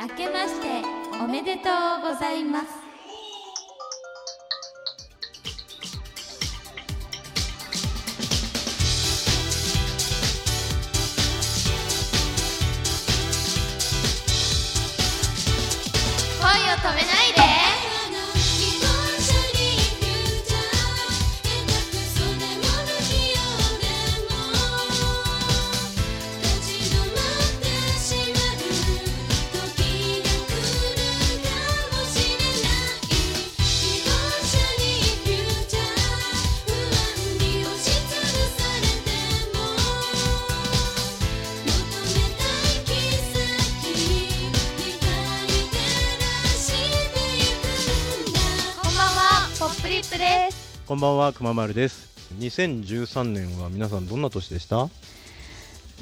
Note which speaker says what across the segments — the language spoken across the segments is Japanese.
Speaker 1: 明けましておめでとうございます恋を止めないで
Speaker 2: 求めたい奇跡に変えてらっしゃいくんだ
Speaker 1: こんばんはポップリップです
Speaker 3: こんばんは、くままるです。2013年は皆さんどんな年でした？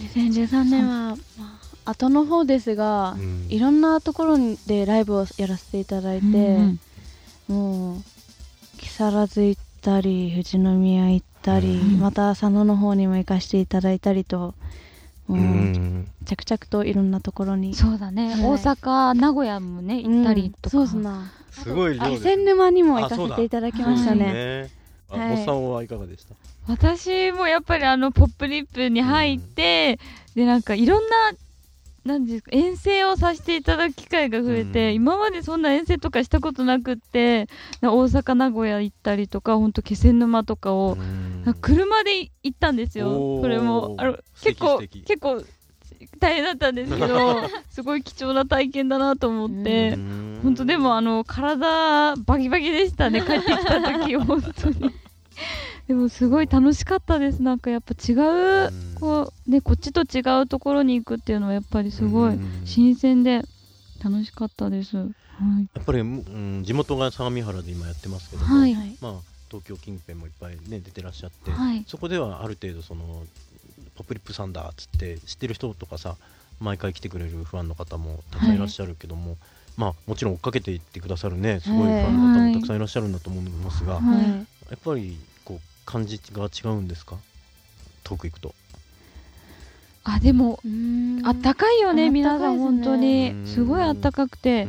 Speaker 4: 2013年は、まあ、後の方ですが、
Speaker 3: うん
Speaker 4: いろんなところでライブをやらせていただいて、
Speaker 5: うん
Speaker 4: もう木更津行ったり富士宮行ったり、また佐野の方にも行かせていただいたりとも
Speaker 3: う
Speaker 4: う、
Speaker 3: ん。
Speaker 4: 着々といろんなところに
Speaker 5: そうだね、
Speaker 4: はい
Speaker 5: 大阪名古屋もね行ったりとか、
Speaker 4: うんそうっすな
Speaker 3: すごい量
Speaker 4: 気
Speaker 3: です
Speaker 4: 仙
Speaker 3: ね。
Speaker 4: 沼にも行
Speaker 3: あ
Speaker 4: か
Speaker 3: そうだ
Speaker 4: せていただきました
Speaker 5: そう
Speaker 4: ね
Speaker 3: あ
Speaker 4: はい
Speaker 3: おっさんはいかがでした？
Speaker 5: 私もやっぱりあのポップリップに入って、でなんかいろんななんですか遠征をさせていただく機会が増えて、
Speaker 3: うん
Speaker 5: 今までそんな遠征とかしたことなくってな大阪名古屋行ったりとかほんと気仙沼とかを、
Speaker 3: うん
Speaker 5: なんか車で行ったんですよ
Speaker 3: おー
Speaker 5: これもあの
Speaker 3: 素敵
Speaker 5: 結構
Speaker 3: 素敵
Speaker 5: 結構大変だったんですけど すごい貴重な体験だなと思って。
Speaker 3: うん
Speaker 5: 本当でもあの体バキバキでしたね帰ってきた時本当にでもすごい楽しかったですなんかやっぱ違うこうねこっちと違うところに行くっていうのはやっぱりすご
Speaker 3: う
Speaker 5: い
Speaker 3: ん
Speaker 5: 新鮮で楽しかったです、はい、
Speaker 3: やっぱり、うん、地元が相模原で今やってますけども、
Speaker 5: はい
Speaker 3: まあ東京近辺もいっぱいね出てらっしゃって、
Speaker 5: はい
Speaker 3: そこではある程度そのポップリップサンダーっつって知ってる人とかさ毎回来てくれるファンの方もたくさんいらっしゃるけども、まあもちろん追っかけていってくださるねすごいファンの方もたくさんいらっしゃるんだと思いますが、
Speaker 5: はい
Speaker 4: はい
Speaker 3: やっぱりこう感じが違うんですか遠く行くと。
Speaker 5: あでも
Speaker 4: うん
Speaker 5: あったかいよね
Speaker 4: あ
Speaker 5: 皆
Speaker 4: った
Speaker 5: さ
Speaker 4: かい
Speaker 5: ん
Speaker 4: ですね
Speaker 5: 本当に
Speaker 3: うん
Speaker 5: すごいあったかくて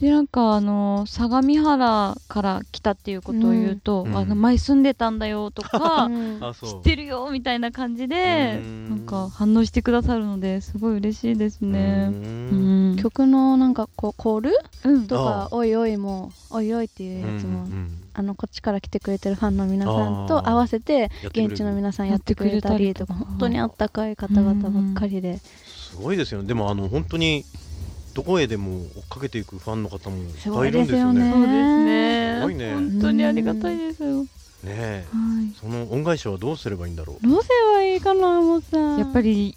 Speaker 5: でなんかあの相模原から来たっていうことを言うと、
Speaker 3: うん
Speaker 5: あの前住んでたんだよとか、
Speaker 4: うん
Speaker 3: あ
Speaker 5: 知
Speaker 3: そ
Speaker 5: っ
Speaker 3: う
Speaker 5: てるよみたいな感じで
Speaker 3: うん
Speaker 5: なんか反応してくださるのですごい嬉しいです
Speaker 3: う
Speaker 5: ね。うんん、
Speaker 4: 曲のなんかこうコール
Speaker 5: うん
Speaker 4: とか
Speaker 3: あ
Speaker 4: 「おいおい」も「おいおい」っていうやつも、
Speaker 3: うんうん
Speaker 4: あのこっちから来てくれてるファンの皆さん
Speaker 3: あ
Speaker 4: と
Speaker 3: ー
Speaker 4: 合わせて
Speaker 3: やってくれる
Speaker 4: 現地の皆さんやってくれたりとか
Speaker 5: やってくれたりとか
Speaker 4: 本当にあったかい方々ばっかりで、
Speaker 3: すごいですよね。でもあの本当にどこへでも追っかけていくファンの方もいっ
Speaker 4: す
Speaker 3: ぱ
Speaker 4: ご
Speaker 3: い
Speaker 4: い
Speaker 3: いるんで
Speaker 4: で
Speaker 3: すすよ
Speaker 4: よ
Speaker 3: ね。
Speaker 4: ね
Speaker 3: ね
Speaker 5: そうです
Speaker 3: す
Speaker 5: ね。
Speaker 3: ごいね
Speaker 5: 本当にありがたいですよ。は
Speaker 3: え、その恩返しはどうすればいいんだろう。
Speaker 4: どうすればいいかなもうさん
Speaker 5: い。やっぱり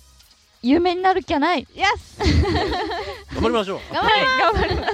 Speaker 5: 有名になるきゃない。
Speaker 4: イエス
Speaker 3: 頑張りましょう。
Speaker 5: はい頑張ります。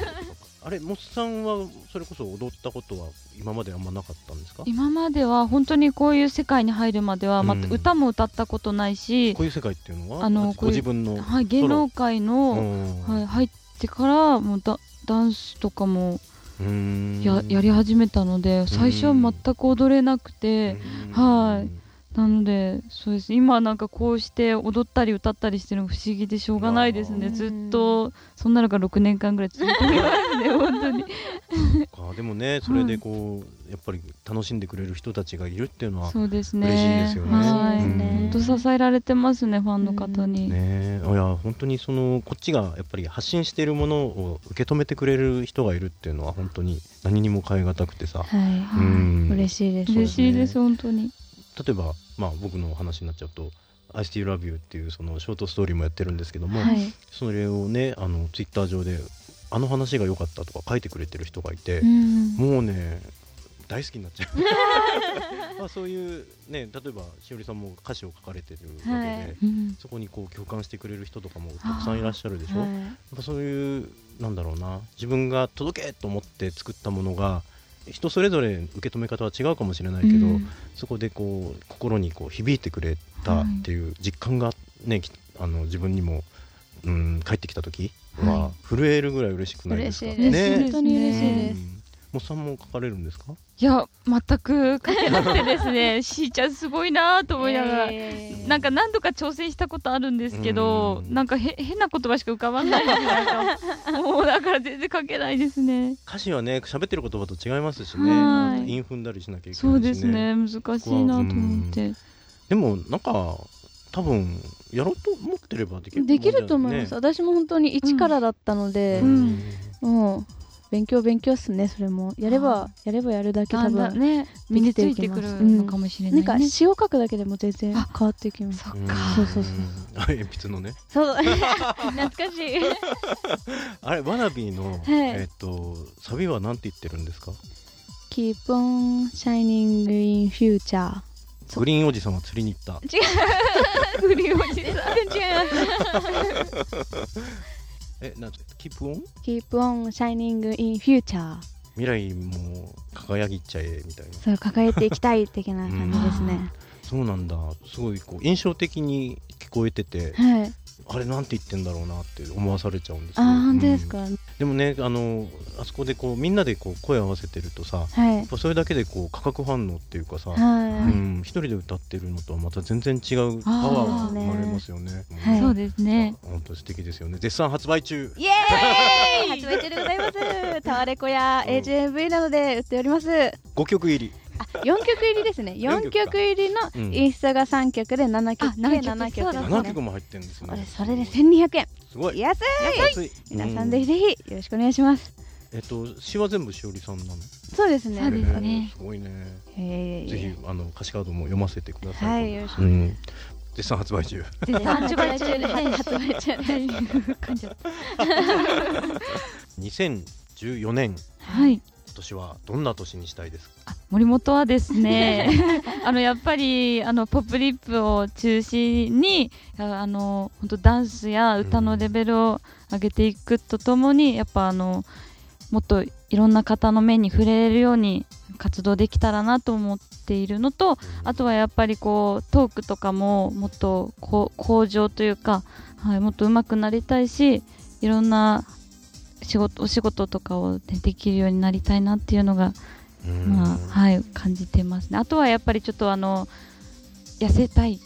Speaker 3: あれ、もっさんはそれこそ踊ったことは今まであんまなかったんですか？こ
Speaker 5: 今までは本当にこういう世界に入るまではまた
Speaker 3: うん
Speaker 5: 歌も歌ったことないし、
Speaker 3: ういう世界っていうのは、
Speaker 5: あの
Speaker 3: ご自分の、
Speaker 5: はい芸能界
Speaker 3: う
Speaker 5: の、
Speaker 3: ん
Speaker 5: はい、入ってからもうダダンスとかも
Speaker 3: うーん
Speaker 5: ややり始めたので最初は全く踊れなくて、はいなのでそうです今なんかこうして踊ったり歌ったりしてるのが不思議でしょうがないです
Speaker 3: う
Speaker 5: ね
Speaker 4: ん
Speaker 5: ずっとそんなのが6年間ぐらい続いてますね本当に
Speaker 3: い。そっかでもね、それでこう、やっぱり楽しんでくれる人たちがいるっていうのは。
Speaker 5: そうですね
Speaker 3: 嬉しいですよね
Speaker 5: はい
Speaker 3: うん
Speaker 5: 本当支えられてますねファンの方に、
Speaker 3: ねえいや本当にそのこっちがやっぱり発信しているものを受け止めてくれる人がいるっていうのは本当に何にも代え難くてさ、
Speaker 4: は
Speaker 3: うん
Speaker 4: い
Speaker 3: 例
Speaker 4: 嬉しいです
Speaker 5: 嬉しいで
Speaker 3: そ
Speaker 5: す本当に
Speaker 3: えば、まあ、僕のお話になっちゃうと「I Still Love You」っていうそのショートストーリーもやってるんですけども、
Speaker 4: はい
Speaker 3: それをねあのツイッター上で「あの話が良かった」とか書いてくれてる人がいて、
Speaker 4: うん
Speaker 3: もうね大好きになっちゃ うまあそういうね例えばしおりさんも歌詞を書かれてるわけで、
Speaker 4: はい
Speaker 5: うん
Speaker 3: そこにこう共感してくれる人とかもたくさんいらっしゃるでしょ。
Speaker 4: はい
Speaker 3: やっぱそういうなんだろうな自分が届けと思って作ったものが人それぞれ受け止め方は違うかもしれないけど、
Speaker 5: うん
Speaker 3: そこでこう心にこう響いてくれたっていう実感がね、きあの自分にも、うん、帰ってきた時は震えるぐらい嬉しくないで
Speaker 4: 嬉
Speaker 3: すか、
Speaker 4: しい
Speaker 5: 嬉しい
Speaker 4: です
Speaker 5: ね
Speaker 4: 本当に嬉しいです
Speaker 3: うんもっさんも書かれるんですか
Speaker 5: いや全く書けなくてで すねしーちゃんすごいなと思いながら、
Speaker 6: え
Speaker 5: なんか何度か挑戦したことあるんですけど
Speaker 3: うん
Speaker 5: なんかへ変な言葉しか浮かばないですなんか もうだから全然書けないですね
Speaker 3: 歌詞はね喋ってる言葉と違いますし
Speaker 5: は
Speaker 3: ね
Speaker 5: い
Speaker 3: 韻踏んだりしなきゃいけないし
Speaker 5: そうですね難しいなと思って
Speaker 3: でもなんか多分やろうと思ってればできる
Speaker 4: できると思います、
Speaker 3: ね
Speaker 4: 私も本当に一からだったので
Speaker 5: う、ん
Speaker 4: もう勉強勉強っすねそれもやればやればやるだけ
Speaker 5: だ
Speaker 4: 多
Speaker 5: んだん
Speaker 4: 分
Speaker 5: ね身についてくるのかもしれな
Speaker 4: なん
Speaker 5: い
Speaker 4: か
Speaker 5: ね
Speaker 4: 詩を書くだけでも全然変わってきます
Speaker 5: そっ
Speaker 3: うん
Speaker 5: か
Speaker 4: そうそう そうん
Speaker 3: あれ鉛筆のね
Speaker 6: そう懐かしい
Speaker 3: あれワナビーの、えっとサビはなんて言ってるんですか
Speaker 4: Keep on shining in future そう
Speaker 3: グリーンおじさんは釣りに行った
Speaker 5: 振り落ちさん
Speaker 6: 全然違います
Speaker 3: えなんてキープオン
Speaker 4: Keep on shining in future
Speaker 3: 未来も輝きっちゃえみたいな
Speaker 4: そう抱えていきたい的な感じですね、
Speaker 3: そうなんだすごいこう印象的に聞こえてて
Speaker 4: はい
Speaker 3: あれなんて言ってんだろうなって思わされちゃうんです
Speaker 4: あ
Speaker 3: よ
Speaker 4: ー本当ですか、
Speaker 3: うんでもねあのあそこでこうみんなでこう声合わせてるとさや
Speaker 4: はい
Speaker 3: っぱそれだけでこう化学反応っていうかさ、う
Speaker 4: はい、
Speaker 3: ん、一人で歌ってるのとはまた全然違うパワーが生まれますよね。うん
Speaker 4: はい
Speaker 5: そうですね
Speaker 3: 本当素敵ですよね。絶賛発売中。
Speaker 6: イエーイ
Speaker 4: 発売中でございます。タワレコや HMV などで売っております。
Speaker 3: 5曲入り。
Speaker 4: 4曲入りですね。4
Speaker 3: 四曲
Speaker 4: 曲
Speaker 3: か
Speaker 4: 入りの
Speaker 3: うん
Speaker 4: インスタが3曲で7
Speaker 5: あ
Speaker 4: 曲
Speaker 5: 7
Speaker 4: で
Speaker 5: 曲そ
Speaker 4: 7
Speaker 5: う
Speaker 4: 曲
Speaker 5: だ
Speaker 4: です
Speaker 3: 7
Speaker 4: ね
Speaker 3: 曲。も入ってるんです
Speaker 4: あ
Speaker 3: ね
Speaker 4: れ。それで1200円。
Speaker 3: すごい。
Speaker 4: 安い
Speaker 3: 安い。
Speaker 4: 皆さんぜひ
Speaker 3: う。
Speaker 4: ぜひよろしくお願いします。
Speaker 3: えっと詩は全部しおりさんなの。
Speaker 4: そうですね。
Speaker 5: そうですね
Speaker 3: えーすごいね。
Speaker 4: えー
Speaker 3: ぜひあの歌詞カードも読ませてくだ
Speaker 4: は
Speaker 3: さ
Speaker 4: い、
Speaker 3: い。
Speaker 4: よろしく。
Speaker 3: うん。絶賛発売中。
Speaker 4: 絶対発売中で。はい発売中で。
Speaker 5: 噛んじゃった
Speaker 3: 2014年
Speaker 5: はい
Speaker 3: 今年はどんな年にしたいですか。
Speaker 5: 森本はです ねあのやっぱりあのポップリップを中心にああの本当ダンスや歌のレベルを上げていくとともにやっぱあのもっといろんな方の目に触れるように活動できたらなと思っているのとあとはやっぱりこうトークとかももっとこう向上というか、はい、もっと上手くなりたいしいろんな仕事お仕事とかをね、できるようになりたいなっていうのが
Speaker 3: うん
Speaker 5: まあ、はい、感じてますね。あとはやっぱりちょっとあの痩せ たい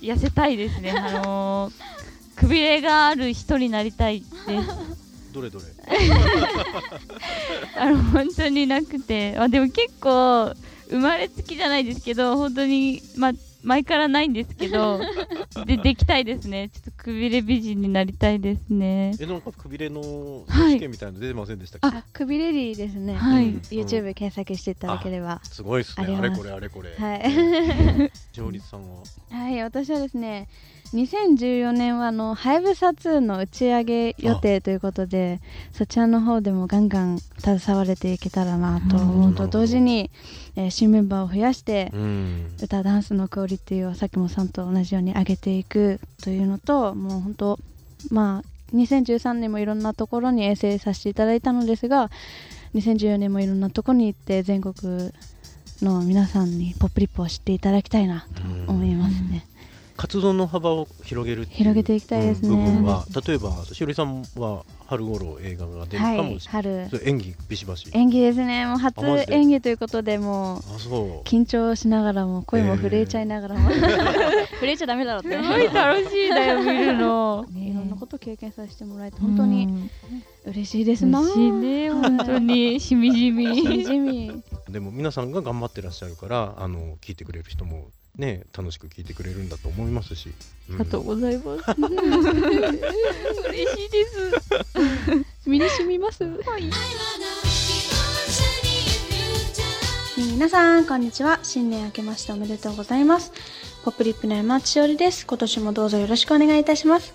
Speaker 5: 痩せたいですね。あのくびれがある人になりたいです。
Speaker 3: どれどれ。
Speaker 5: あの本当になくて、まあでも結構生まれつきじゃないですけど、本当にまあ前からないんですけ ど、でできたいですね。ちょっとくびれ美人になりたいですね。
Speaker 3: えなんかくびれの
Speaker 5: はい
Speaker 3: 試験みたいなの出てませんでしたっけ。
Speaker 4: あ、クビレディですね。
Speaker 5: は
Speaker 3: う
Speaker 5: い
Speaker 3: ん。
Speaker 4: YouTube 検索していただければ。
Speaker 3: すごいですね。
Speaker 4: あり
Speaker 3: あ
Speaker 4: ます
Speaker 3: れこれあれこれ。
Speaker 4: はい。
Speaker 3: しおりさ んは。
Speaker 4: はい、私はですね、2014年はあのハイブサツーの打ち上げ予定ということで、そちらの方でもガンガン携われていけたらなと思う
Speaker 3: なるほど
Speaker 4: と同時に、えー新メンバーを増やして、
Speaker 3: うん。
Speaker 4: 歌ダンスのクオリティをさきもさんと同じように上げていくというのと、もう本当まあ2013年もいろんなところに遠征させていただいたのですが、2014年もいろんなところに行って全国の皆さんにポップリップを知っていただきたいなと思いますね。
Speaker 3: 活動の幅を広げるっていう
Speaker 4: 広げていきたいですね
Speaker 3: うん部分は例えばしおりさんは春頃映画が出るか
Speaker 4: はい、
Speaker 3: もしれ
Speaker 4: 春
Speaker 3: ない、それ演技ビシバシ
Speaker 4: 演技ですねもう初
Speaker 3: あマジで
Speaker 4: 演技ということでもう
Speaker 3: あそう
Speaker 4: 緊張しながらも声も震えちゃいながらも、 震えちゃダメだろって
Speaker 5: すごい楽しいだよ見るの。
Speaker 4: いろんなこと経験させてもらえて本当に嬉しいですな
Speaker 5: 嬉しいね本当にしみじ
Speaker 4: しみ
Speaker 5: み。
Speaker 4: じみ
Speaker 3: でも皆さんが頑張ってらっしゃるからあの聞いてくれる人もね楽しく聞いてくれるんだと思いますし、う
Speaker 5: あ
Speaker 3: ん
Speaker 5: りがとうございます。 嬉しいです。
Speaker 4: 身にしみます皆さんこんにちは新年明けましておめでとうございますポップリップの山内しおりです今年もどうぞよろしくお願いいたします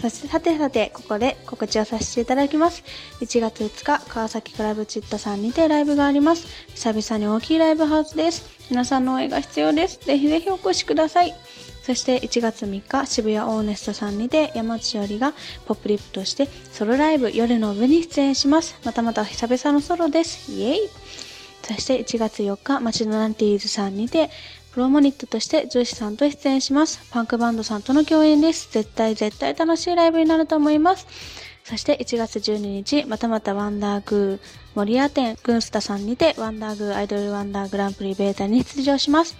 Speaker 4: そしてさてさてここで告知をさせていただきます1月5日川崎クラブチッタさんにてライブがあります久々に大きいライブハウスです皆さんの応援が必要ですぜひぜひお越しくださいそして1月3日渋谷オーネストさんにて山内しおりがポップリップとしてソロライブ夜の部に出演しますまたまた久々のソロですイエイそして1月4日、町田ナンティーズさんにて、プロモニットとして女子さんと出演します。パンクバンドさんとの共演です。絶対絶対楽しいライブになると思います。そして1月12日、またまたワンダーグー森屋店グンスタさんにてワンダーグーアイドルワンダーグランプリベータに出場します。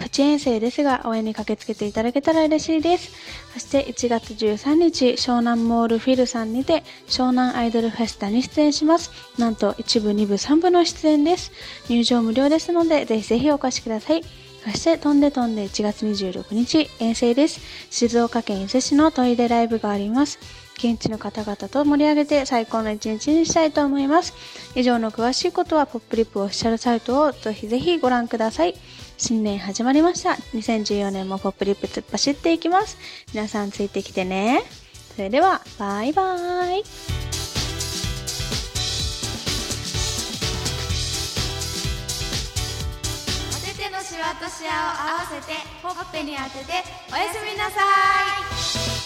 Speaker 4: プチ遠征ですが、応援に駆けつけていただけたら嬉しいです。そして1月13日、湘南モールフィルさんにて湘南アイドルフェスタに出演します。なんと1部、2部、3部の出演です。入場無料ですので、ぜひぜひお越しください。そして、飛んで飛んで1月26日、遠征です。静岡県伊勢市のトイレライブがあります。現地の方々と盛り上げて最高の一日にしたいと思います。以上の詳しいことは、ポップリップオフィシャルサイトをぜひぜひご覧ください。新年始まりました。2014年もポップリップ突っ走っていきます。皆さんついてきてね。それでは、バイバイ。
Speaker 1: お手手のシワとシワを合わせてほっぺに当てておやすみなさい